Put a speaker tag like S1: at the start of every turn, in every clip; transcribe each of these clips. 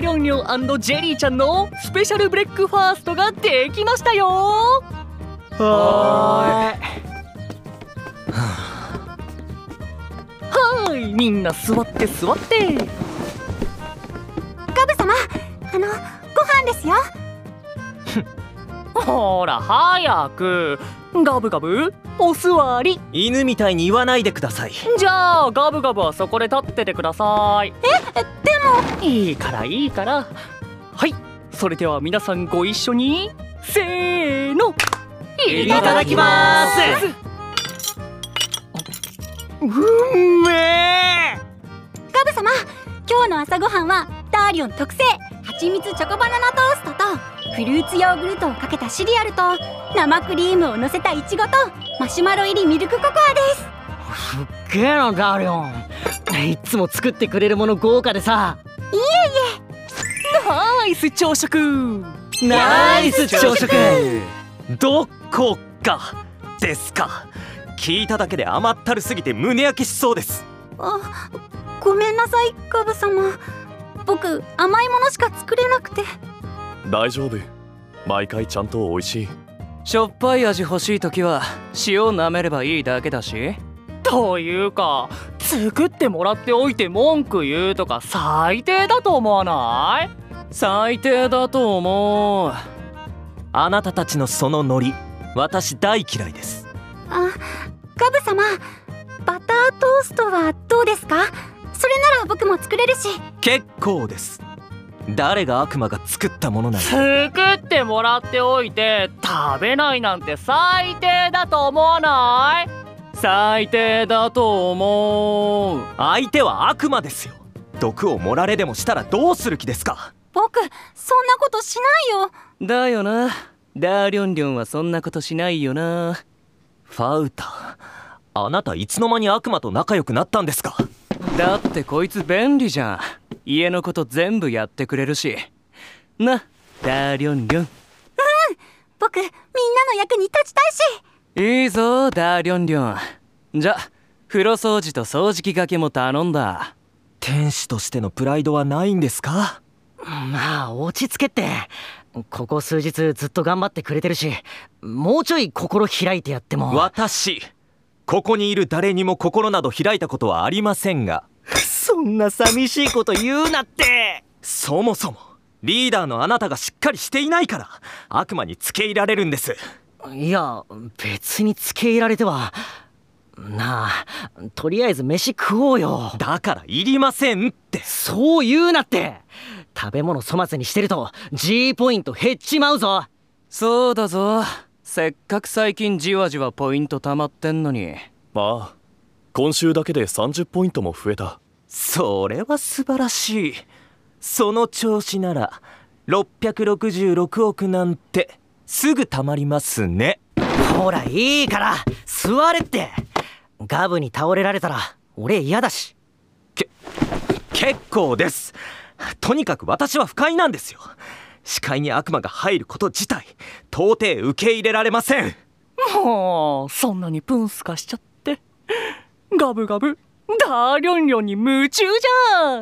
S1: リョンリョンジェリーちゃんのスペシャルブレックファーストができましたよ
S2: は
S1: はーいみんな座って座って
S3: ガブ様あのご飯ですよ
S1: ほら早くガブガブお座り
S2: ーい犬みたいに言わないでください
S1: じゃあガブガブはそこで立っててくださいえでもいいからいいからはいそれでは皆さんご一緒にせーの
S2: いただきます
S1: うんめー
S3: ガブ様今日の朝ごはんはダーリオン特製蜂蜜チョコバナナトーストとフルーツヨーグルトをかけたシリアルと生クリームをのせたイチゴとマシュマロ入りミルクココアです
S4: すっげえなダーリョンいっつも作ってくれるもの豪華でさ
S1: ナイス朝食
S2: ナイス朝食どこかですか聞いただけで甘ったるすぎて胸焼けしそうです
S3: あごめんなさいガブ様僕甘いものしか作れなくて
S5: 大丈夫毎回ちゃんと美味しい
S6: しょっぱい味欲しい時は塩舐めればいいだけだし
S1: というか作ってもらっておいて文句言うとか最低だと思わない
S6: 最低だと思う
S2: あなたたちのそのノリ私大嫌いです
S3: あガブ様バタートーストはどうですかそれなら僕も作れるし
S2: 結構です誰が悪魔が作ったものなの
S1: 作ってもらっておいて食べないなんて最低だと思わない
S6: 最低だと思う
S2: 相手は悪魔ですよ毒を盛られでもしたらどうする気ですか
S3: 僕そんなことしないよ
S6: だよなダーリョンリョンはそんなことしないよな
S2: ファウタあなたいつの間に悪魔と仲良くなったんですか
S6: だってこいつ便利じゃん家のこと全部やってくれるしなダーリョンリョン
S3: 僕みんなの役に立ちたいし
S6: いいぞダーリョンリョンじゃ風呂掃除と掃除機がけも頼んだ
S2: 天使としてのプライドはないんですか
S4: まあ落ち着けってここ数日ずっと頑張ってくれてるしもうちょい心開いてやっても
S2: 私ここにいる誰にも心など開いたことはありませんが
S4: そんな寂しいこと言うなって
S2: そもそもリーダーのあなたがしっかりしていないから悪魔につけ入られるんです
S4: いや別につけ入られてはなあとりあえず飯食おうよ
S2: だからいりませんって
S4: そう言うなって食べ物粗末にしてると G ポイント減っちまうぞ
S6: そうだぞせっかく最近じわじわポイント溜まってんのに
S5: まあ今週だけで30ポイントも増えた
S2: それは素晴らしいその調子なら666億なんてすぐたまりますね
S4: ほらいいから座れってガブに倒れられたら俺嫌だし
S2: 結構ですとにかく私は不快なんですよ視界に悪魔が入ること自体到底受け入れられません
S1: もうそんなにプンスカしちゃってガブガブダーリョンリョンに夢中じゃ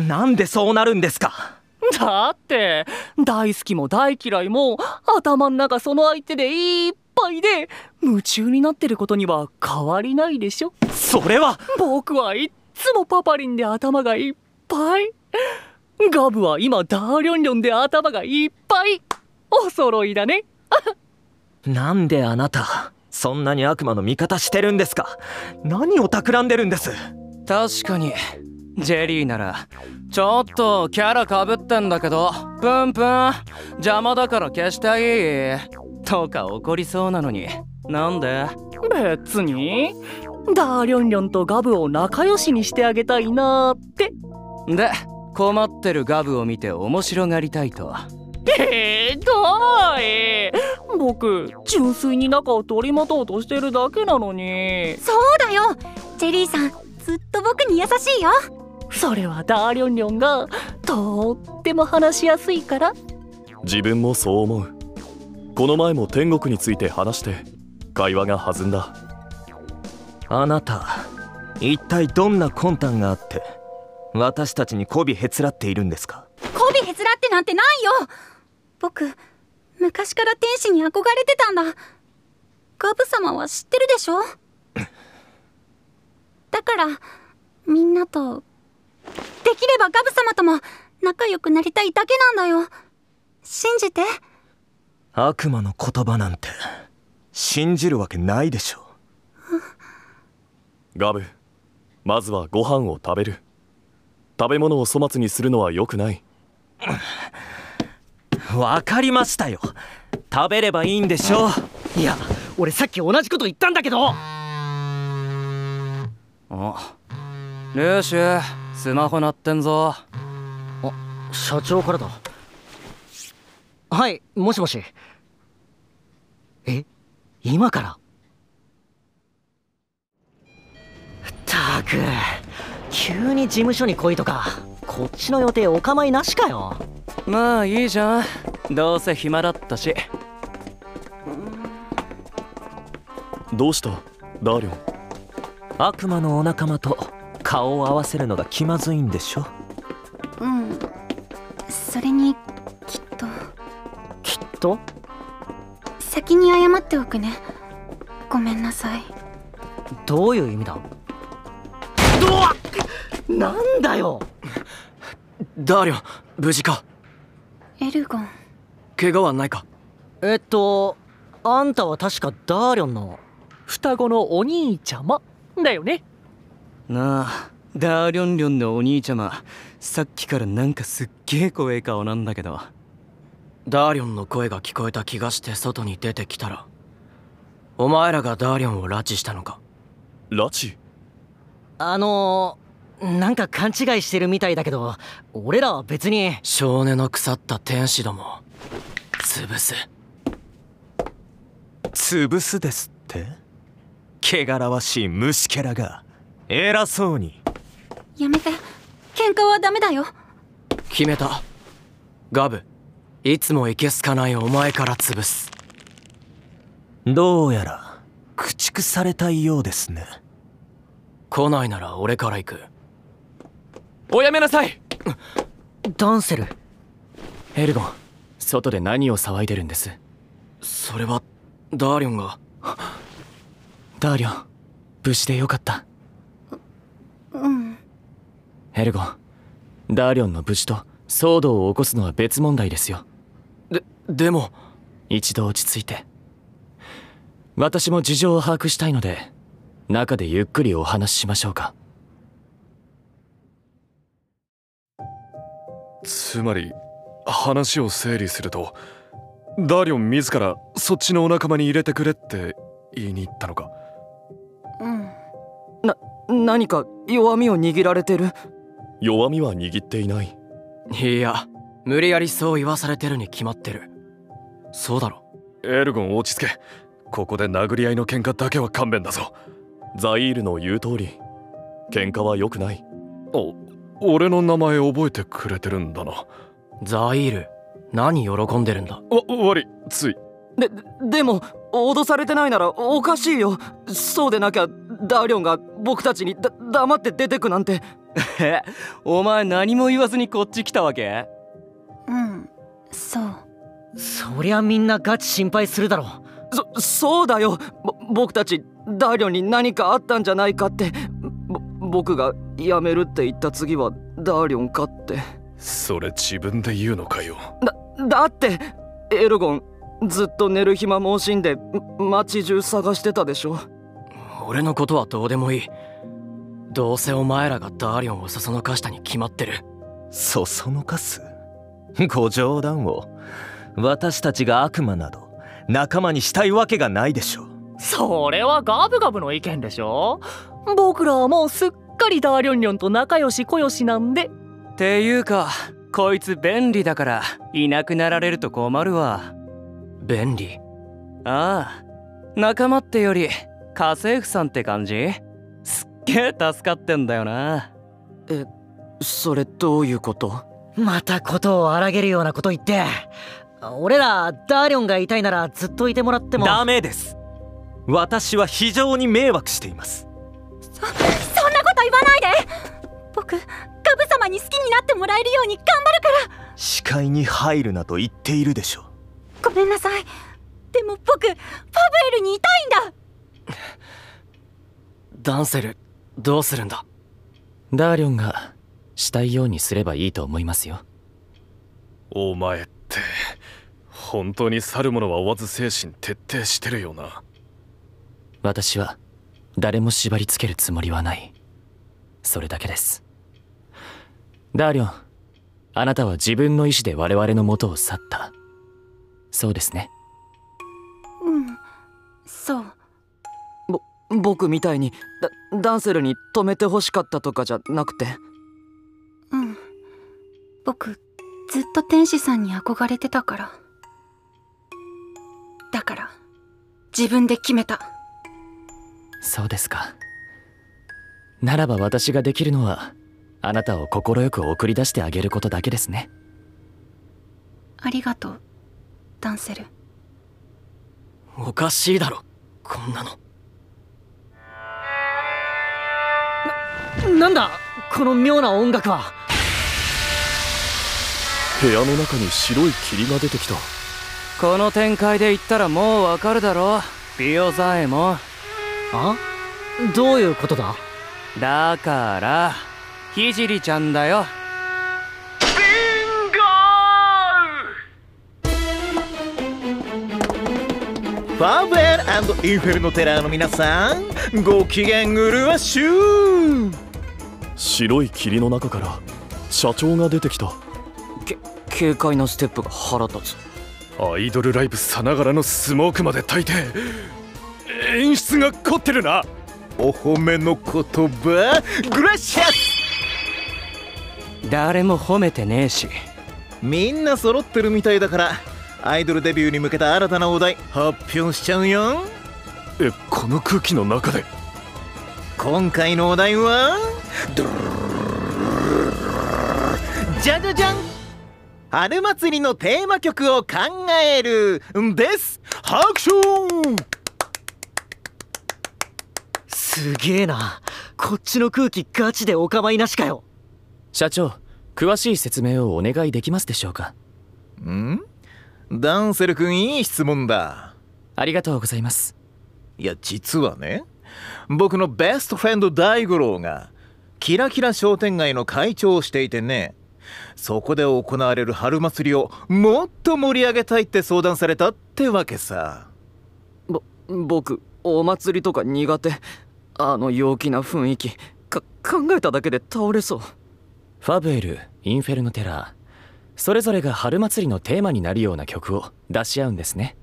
S1: ん
S2: なんでそうなるんですか
S1: だって大好きも大嫌いも頭ん中その相手でいっぱいで夢中になってることには変わりないでしょ
S2: それは
S1: 僕はいっつもパパリンで頭がいっぱいガブは今ダーリョンリョンで頭がいっぱいお揃いだね
S2: なんであなたそんなに悪魔の味方してるんですか何を企んでるんです
S6: 確かにジェリーならちょっとキャラかぶってんだけどプンプン邪魔だから消していいとか怒りそうなのになんで
S1: 別にダーリョンリョンとガブを仲良しにしてあげたいなーって
S6: で困ってるガブを見て面白がりたいと
S1: えー、どい僕純粋に仲を取り持とうとしてるだけなのに
S3: そうだよジェリーさんずっと僕に優しいよ
S1: それはダーリョンリョンがとっても話しやすいから
S5: 自分もそう思うこの前も天国について話して会話が弾んだ
S2: あなた一体どんな魂胆があって私たちに媚びへつらっているんですか
S3: 媚びへつらってなんてないよ僕昔から天使に憧れてたんだガブ様は知ってるでしょだからみんなとできればガブ様とも仲良くなりたいだけなんだよ信じて
S2: 悪魔の言葉なんて信じるわけないでしょ
S5: ガブまずはご飯を食べる食べ物を粗末にするのは良くない
S2: わかりましたよ食べればいいんでしょう
S4: いや俺さっき同じこと言ったんだけど
S6: あルーシュスマホ鳴ってんぞ
S4: 社長からだはいもしもしえ今からったく急に事務所に来いとかこっちの予定お構いなしかよ
S6: まあいいじゃんどうせ暇だったし
S5: どうしたダーリョン
S2: 悪魔のお仲間と顔を合わせるのが気まずいんでしょ
S3: うんそれにきっと
S4: きっと
S3: 先に謝っておくねごめんなさい
S4: どういう意味だうわっなんだよ
S6: ダーリョン無事か
S3: エルゴン
S6: 怪我はないか
S4: えっとあんたは確かダーリョンの
S1: 双子のお兄ちゃまだよね
S6: なあダーリョンリョンのお兄ちゃまさっきからなんかすっげえ怖え顔なんだけど
S7: ダーリョンの声が聞こえた気がして外に出てきたらお前らがダーリョンを拉致したのか
S5: 拉致
S4: あのなんか勘違いしてるみたいだけど俺らは別に
S7: 少年の腐った天使ども潰す
S2: 潰すですって汚らわしい虫キャラが偉そうに
S3: やめて喧嘩はダメだよ
S7: 決めたガブいつもいけすかないお前から潰す
S2: どうやら駆逐されたいようですね
S7: 来ないなら俺から行く
S6: おやめなさい
S4: ダンセル
S7: エルゴン外で何を騒いでるんですそれはダーリョンがダーリョン無事でよかった
S3: うん
S7: エルゴンダーリョンの無事と騒動を起こすのは別問題ですよででも一度落ち着いて私も事情を把握したいので中でゆっくりお話ししましょうか
S5: つまり話を整理するとダーリョン自らそっちのお仲間に入れてくれって言いに行ったのか
S3: うん
S6: 何か弱みを握られてる
S5: 弱みは握っていない
S7: いや無理やりそう言わされてるに決まってるそうだろ
S5: エルゴン落ち着けここで殴り合いの喧嘩だけは勘弁だぞザイールの言う通り喧嘩は良くないお俺の名前覚えてくれてるんだなわ
S7: ザイール何喜んでるんだ
S5: 悪いつい
S6: ででも脅されてないならおかしいよそうでなきゃダーリョンが僕たちにだ黙って出てくなんてえお前何も言わずにこっち来たわけ
S3: うんそう
S4: そりゃみんなガチ心配するだろ
S6: そそうだよぼ僕たちダーリョンに何かあったんじゃないかってぼ僕が辞めるって言った次はダーリョンかって
S5: それ自分で言うのかよ
S6: だってエルゴンずっと寝る暇も惜しんで街中探してたでしょ
S7: 俺のことはどうでもいいどうせお前らがダーリョンをそそのかしたに決まってる
S2: そそのかすご冗談を私たちが悪魔など仲間にしたいわけがないでしょう
S1: それはガブガブの意見でしょ僕らはもうすっかりダーリョンリョンと仲良しこよしなんで
S6: ていうかこいつ便利だからいなくなられると困るわ
S7: 便利
S6: ああ仲間ってより家政婦さんって感じすっげえ助かってんだよな
S7: それどういうこと
S4: うまたことを荒げるようなこと言って俺らダーリョンがいたいならずっといてもらっても
S2: ダメです私は非常に迷惑しています
S3: そんなこと言わないで僕ガブ様に好きになってもらえるように頑張るから
S2: 視界に入るなと言っているでしょ
S3: ごめんなさいでも僕パブエルにいたいんだ
S6: ダンセルどうするんだ
S7: ダーリョンがしたいようにすればいいと思いますよ
S5: お前って本当に去る者は追わず精神徹底してるよな
S7: 私は誰も縛りつけるつもりはないそれだけですダーリョンあなたは自分の意志で我々の元を去ったそうですね
S3: うんそう
S6: 僕みたいにダダンセルに止めてほしかったとかじゃなくて
S3: うん僕ずっと天使さんに憧れてたからだから自分で決めた
S7: そうですかならば私ができるのはあなたを快く送り出してあげることだけですね
S3: ありがとうダンセル
S6: おかしいだろこんなの
S4: なんだこの妙な音楽は
S5: 部屋の中に白い霧が出てきた
S6: この展開で言ったらもうわかるだろビオザエモン
S4: あどういうことだ
S6: だからひじりちゃんだよ
S8: ファーブエルインフェルノテラーの皆さんご機嫌うるわしゅう
S5: 白い霧の中から社長が出てきた
S6: 軽快なステップが腹立つ
S5: アイドルライブさながらのスモークまで焚いて演出が凝ってるな
S8: お褒めの言葉グラシアス
S6: 誰も褒めてねえし
S8: みんな揃ってるみたいだからアイドルデビューに向けた新たなお題発表しちゃうよ
S5: えこの空気の中で
S8: 今回のお題はドゥルルルルルルじゃじゃじゃん春祭りのテーマ曲を考えるんです拍手
S4: すげえなこっちの空気ガチでお構いなしかよ
S7: 社長詳しい説明をお願いできますでしょうか
S8: んダンセル君いい質問だ
S7: ありがとうございます
S8: いや実はね僕のベストフレンド大五郎がキラキラ商店街の会長をしていてねそこで行われる春祭りをもっと盛り上げたいって相談されたってわけさ
S6: ぼ僕お祭りとか苦手あの陽気な雰囲気か考えただけで倒れそう
S7: ファブエルインフェルノテラーそれぞれが春祭りのテーマになるような曲を出し合うんですね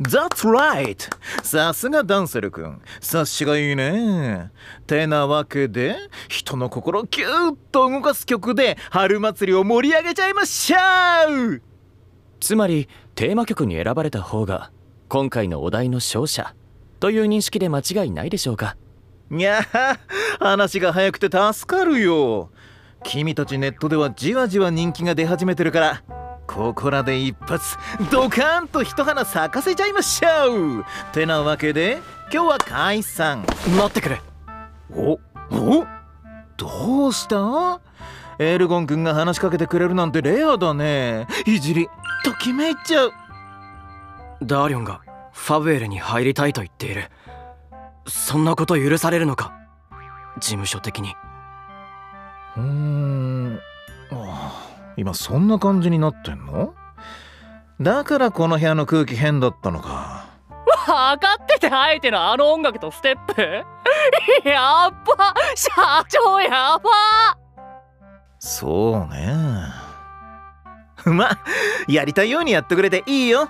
S8: That's right さすがダンセル君察しがいいねてなわけで人の心をギュッと動かす曲で春祭りを盛り上げちゃいましょう
S7: つまりテーマ曲に選ばれた方が今回のお題の勝者という認識で間違いないでしょうか
S8: いやあ話が早くて助かるよ君たちネットではじわじわ人気が出始めてるからここらで一発ドカーンと一花咲かせちゃいましょうてなわけで今日は解散
S4: 待ってくれ
S8: おおどうしたエルゴン君が話しかけてくれるなんてレアだねいじりときめいちゃう
S6: ダーリョンがファブエルに入りたいと言っているそんなこと許されるのか事務所的に
S8: うーんああ今そんな感じになってんのだからこの部屋の空気変だったのか
S1: 分かっててあえてのあの音楽とステップ やっば社長やば
S8: そうね まあやりたいようにやってくれていいよ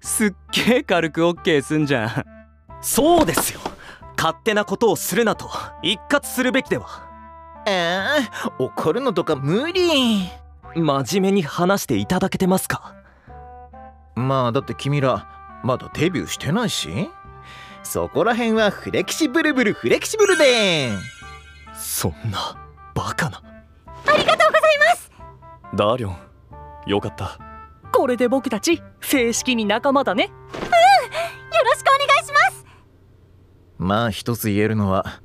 S6: すっげえ軽くオッケーすんじゃん
S2: そうですよ勝手なことをするなと一括するべきでは
S8: えー、怒るのとか無理
S2: 真面目に話していただけてますか
S8: まあだって君らまだデビューしてないしそこら辺はフレキシブルブルフレキシブルで
S2: そんなバカな
S5: ダーリョンよかった
S1: これで僕たち正式に仲間だね
S3: よろしくお願いします
S8: まあ一つ言えるのは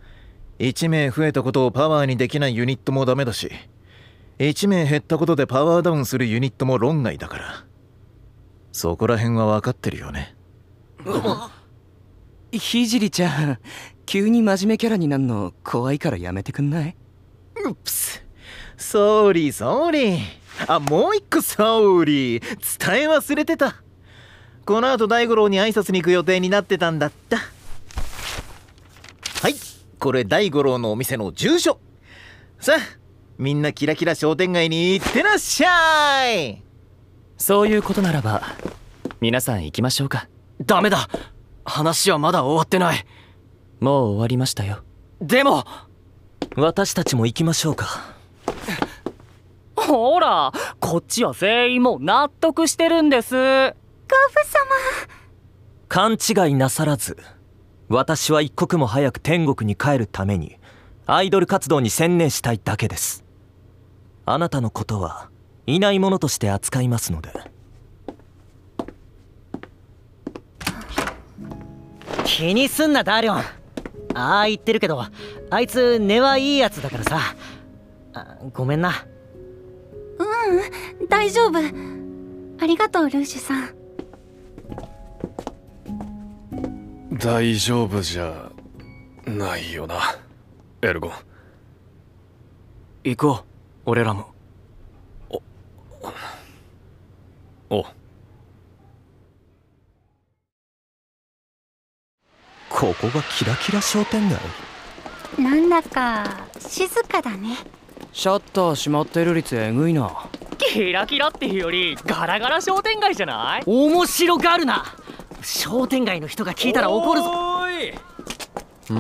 S8: 1名増えたことをパワーにできないユニットもダメだし1名減ったことでパワーダウンするユニットも論外だからそこら辺は分かってるよね
S6: ひじりちゃん急に真面目キャラになんの怖いからやめてくんないう
S8: っすソーリーソーリーあもう一個ソーリー伝え忘れてたこの後大五郎に挨拶に行く予定になってたんだったはいこれ大五郎のお店の住所さあみんなキラキラ商店街に行ってらっしゃい
S7: そういうことならば皆さん行きましょうか
S4: ダメだ話はまだ終わってない
S7: もう終わりましたよ
S4: でも
S2: 私たちも行きましょうか
S1: ほらこっちは全員もう納得してるんです
S2: 勘違いなさらず私は一刻も早く天国に帰るためにアイドル活動に専念したいだけですあなたのことはいないものとして扱いますので
S4: 気にすんなダーリョンああ言ってるけどあいつ根はいいやつだからさあごめんな
S3: 大丈夫ありがとうルーシュさん
S5: 大丈夫じゃないよなエルゴン
S7: 行こう俺らも
S5: おう
S2: ここがキラキラ商店街
S3: なんだか静かだね
S6: シャッター閉まってる率えぐいな
S1: キラキラっていうよりガラガラ商店街じゃない
S4: 面白がるな商店街の人が聞いたら怒るぞ
S9: おーいお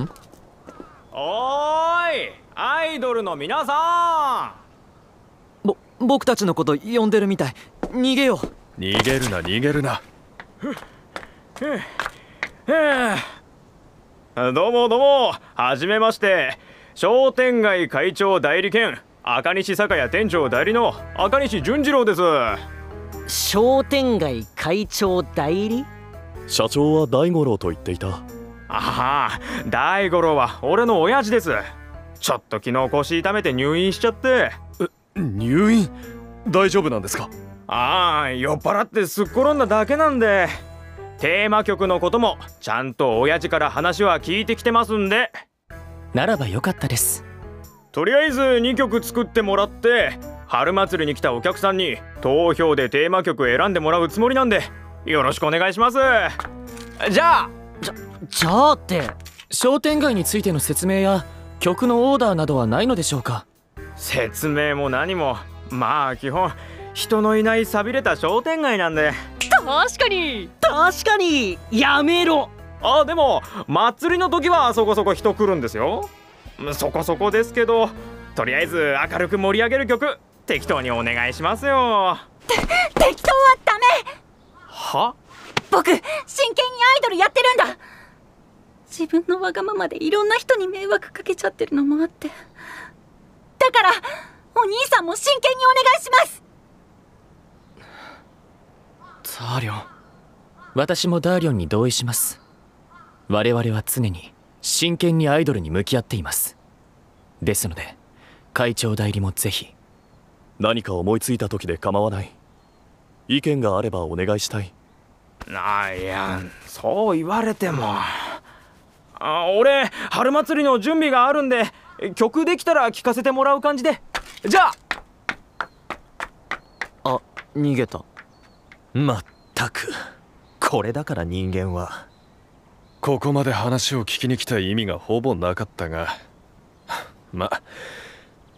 S9: ーいアイドルの皆さ
S2: ぼ僕たちのこと呼んでるみたい逃げよう
S5: 逃げるな逃げるなん
S9: どうもどうもはじめまして商店街会長代理兼赤西酒屋店長代理の赤西純次郎です
S4: 商店街会長代理
S5: 社長は大五郎と言っていた
S9: ああ大五郎は俺の親父ですちょっと昨日腰痛めて入院しちゃって
S5: 入院大丈夫なんですか
S9: ああ酔っ払ってすっ転んだだけなんでテーマ曲のこともちゃんと親父から話は聞いてきてますんで
S7: ならばよかったです
S9: とりあえず2曲作ってもらって春祭りに来たお客さんに投票でテーマ曲選んでもらうつもりなんでよろしくお願いしますじゃあ
S4: じゃあって
S7: 商店街についての説明や曲のオーダーなどはないのでしょうか
S9: 説明も何もまあ基本人のいない寂れた商店街なんで
S1: 確かに
S4: 確かにやめろ
S9: あでも祭りの時はそこそこ人来るんですよそこそこですけどとりあえず明るく盛り上げる曲適当にお願いしますよ
S3: 適当はダメ
S9: は
S3: 僕真剣にアイドルやってるんだ自分のわがままでいろんな人に迷惑かけちゃってるのもあってだからお兄さんも真剣にお願いします
S7: ダーリョン私もダーリョンに同意します我々は常に真剣にアイドルに向き合っていますですので会長代理もぜひ
S5: 何か思いついた時で構わない意見があればお願いしたい
S9: あいやそう言われてもあ俺春祭りの準備があるんで曲できたら聴かせてもらう感じでじゃあ
S2: あ逃げたまったくこれだから人間は
S5: ここまで話を聞きに来た意味がほぼなかったがまあ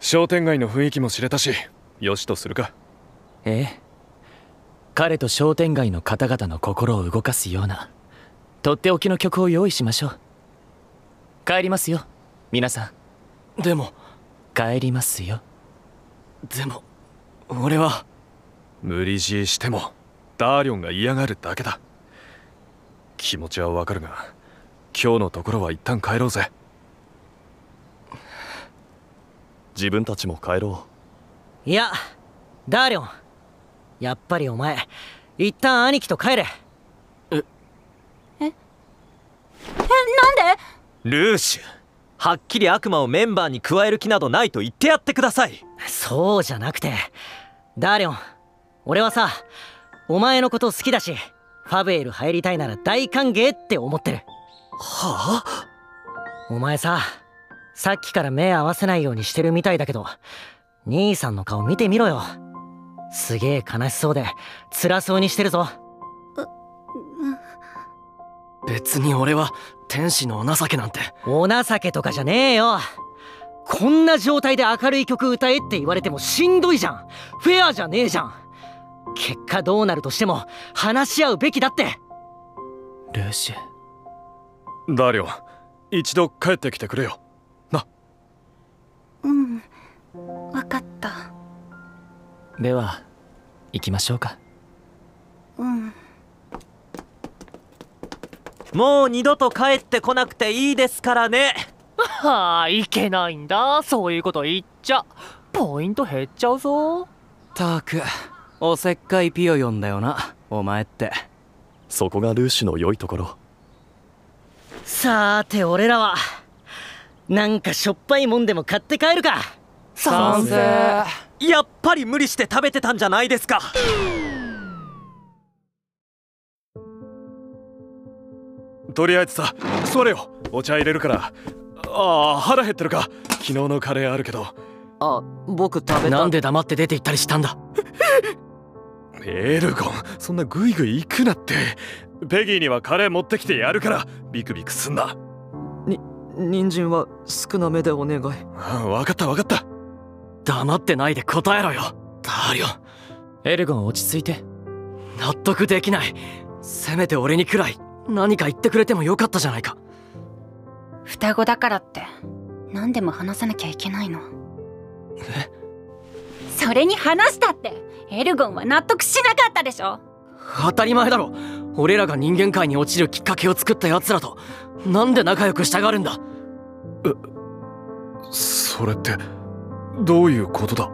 S5: 商店街の雰囲気も知れたしよしとするか
S7: ええ彼と商店街の方々の心を動かすようなとっておきの曲を用意しましょう帰りますよ皆さんでも帰りますよ
S4: でも俺は
S5: 無理強いしてもダーリョンが嫌がるだけだ気持ちはわかるが今日のところは一旦帰ろうぜ自分たちも帰ろ
S4: いやダーリョンやっぱりお前一旦兄貴と帰れ
S3: えなんで
S2: ルーシュはっきり悪魔をメンバーに加える気などないと言ってやってください
S4: そうじゃなくてダーリョン俺はさお前のこと好きだしファブエル入りたいなら大歓迎って思ってる
S2: はあ
S4: お前ささっきから目合わせないようにしてるみたいだけど兄さんの顔見てみろよすげえ悲しそうで辛そうにしてるぞ
S7: 別に俺は天使のお情けなんて
S4: お情けとかじゃねえよこんな状態で明るい曲歌えって言われてもしんどいじゃんフェアじゃねえじゃん結果どうなるとしても話し合うべきだって
S7: ルシエ
S5: ダリオン一度帰ってきてくれよ
S3: うんわかった
S7: では行きましょうか
S3: うん
S2: もう二度と帰ってこなくていいですからね
S1: はあいけないんだそういうこと言っちゃポイント減っちゃうぞ
S6: たくおせっかいピヨヨンだよなお前って
S5: そこがルーシュの良いところ
S4: さーて俺らはなんかしょっぱいもんでも買って帰るか
S6: 賛成
S2: やっぱり無理して食べてたんじゃないですか
S5: とりあえずさ座れよお茶入れるからああ腹減ってるか昨日のカレーあるけど
S6: あ僕食べ
S7: なんで黙って出て行ったりしたんだ
S5: エルゴンそんなグイグイ行くなってペギーにはカレー持ってきてやるからビクビクすんな
S7: 人参は少なめでお願い
S5: うんわかったわかった
S7: 黙ってないで答えろよダーリオンエルゴン落ち着いて納得できないせめて俺にくらい何か言ってくれてもよかったじゃないか
S3: 双子だからって何でも話さなきゃいけないのそれに話したってエルゴンは納得しなかったでしょ
S7: 当たり前だろ俺らが人間界に落ちるきっかけを作った奴らとなんで仲良くしたがるんだ
S5: それってどういうことだ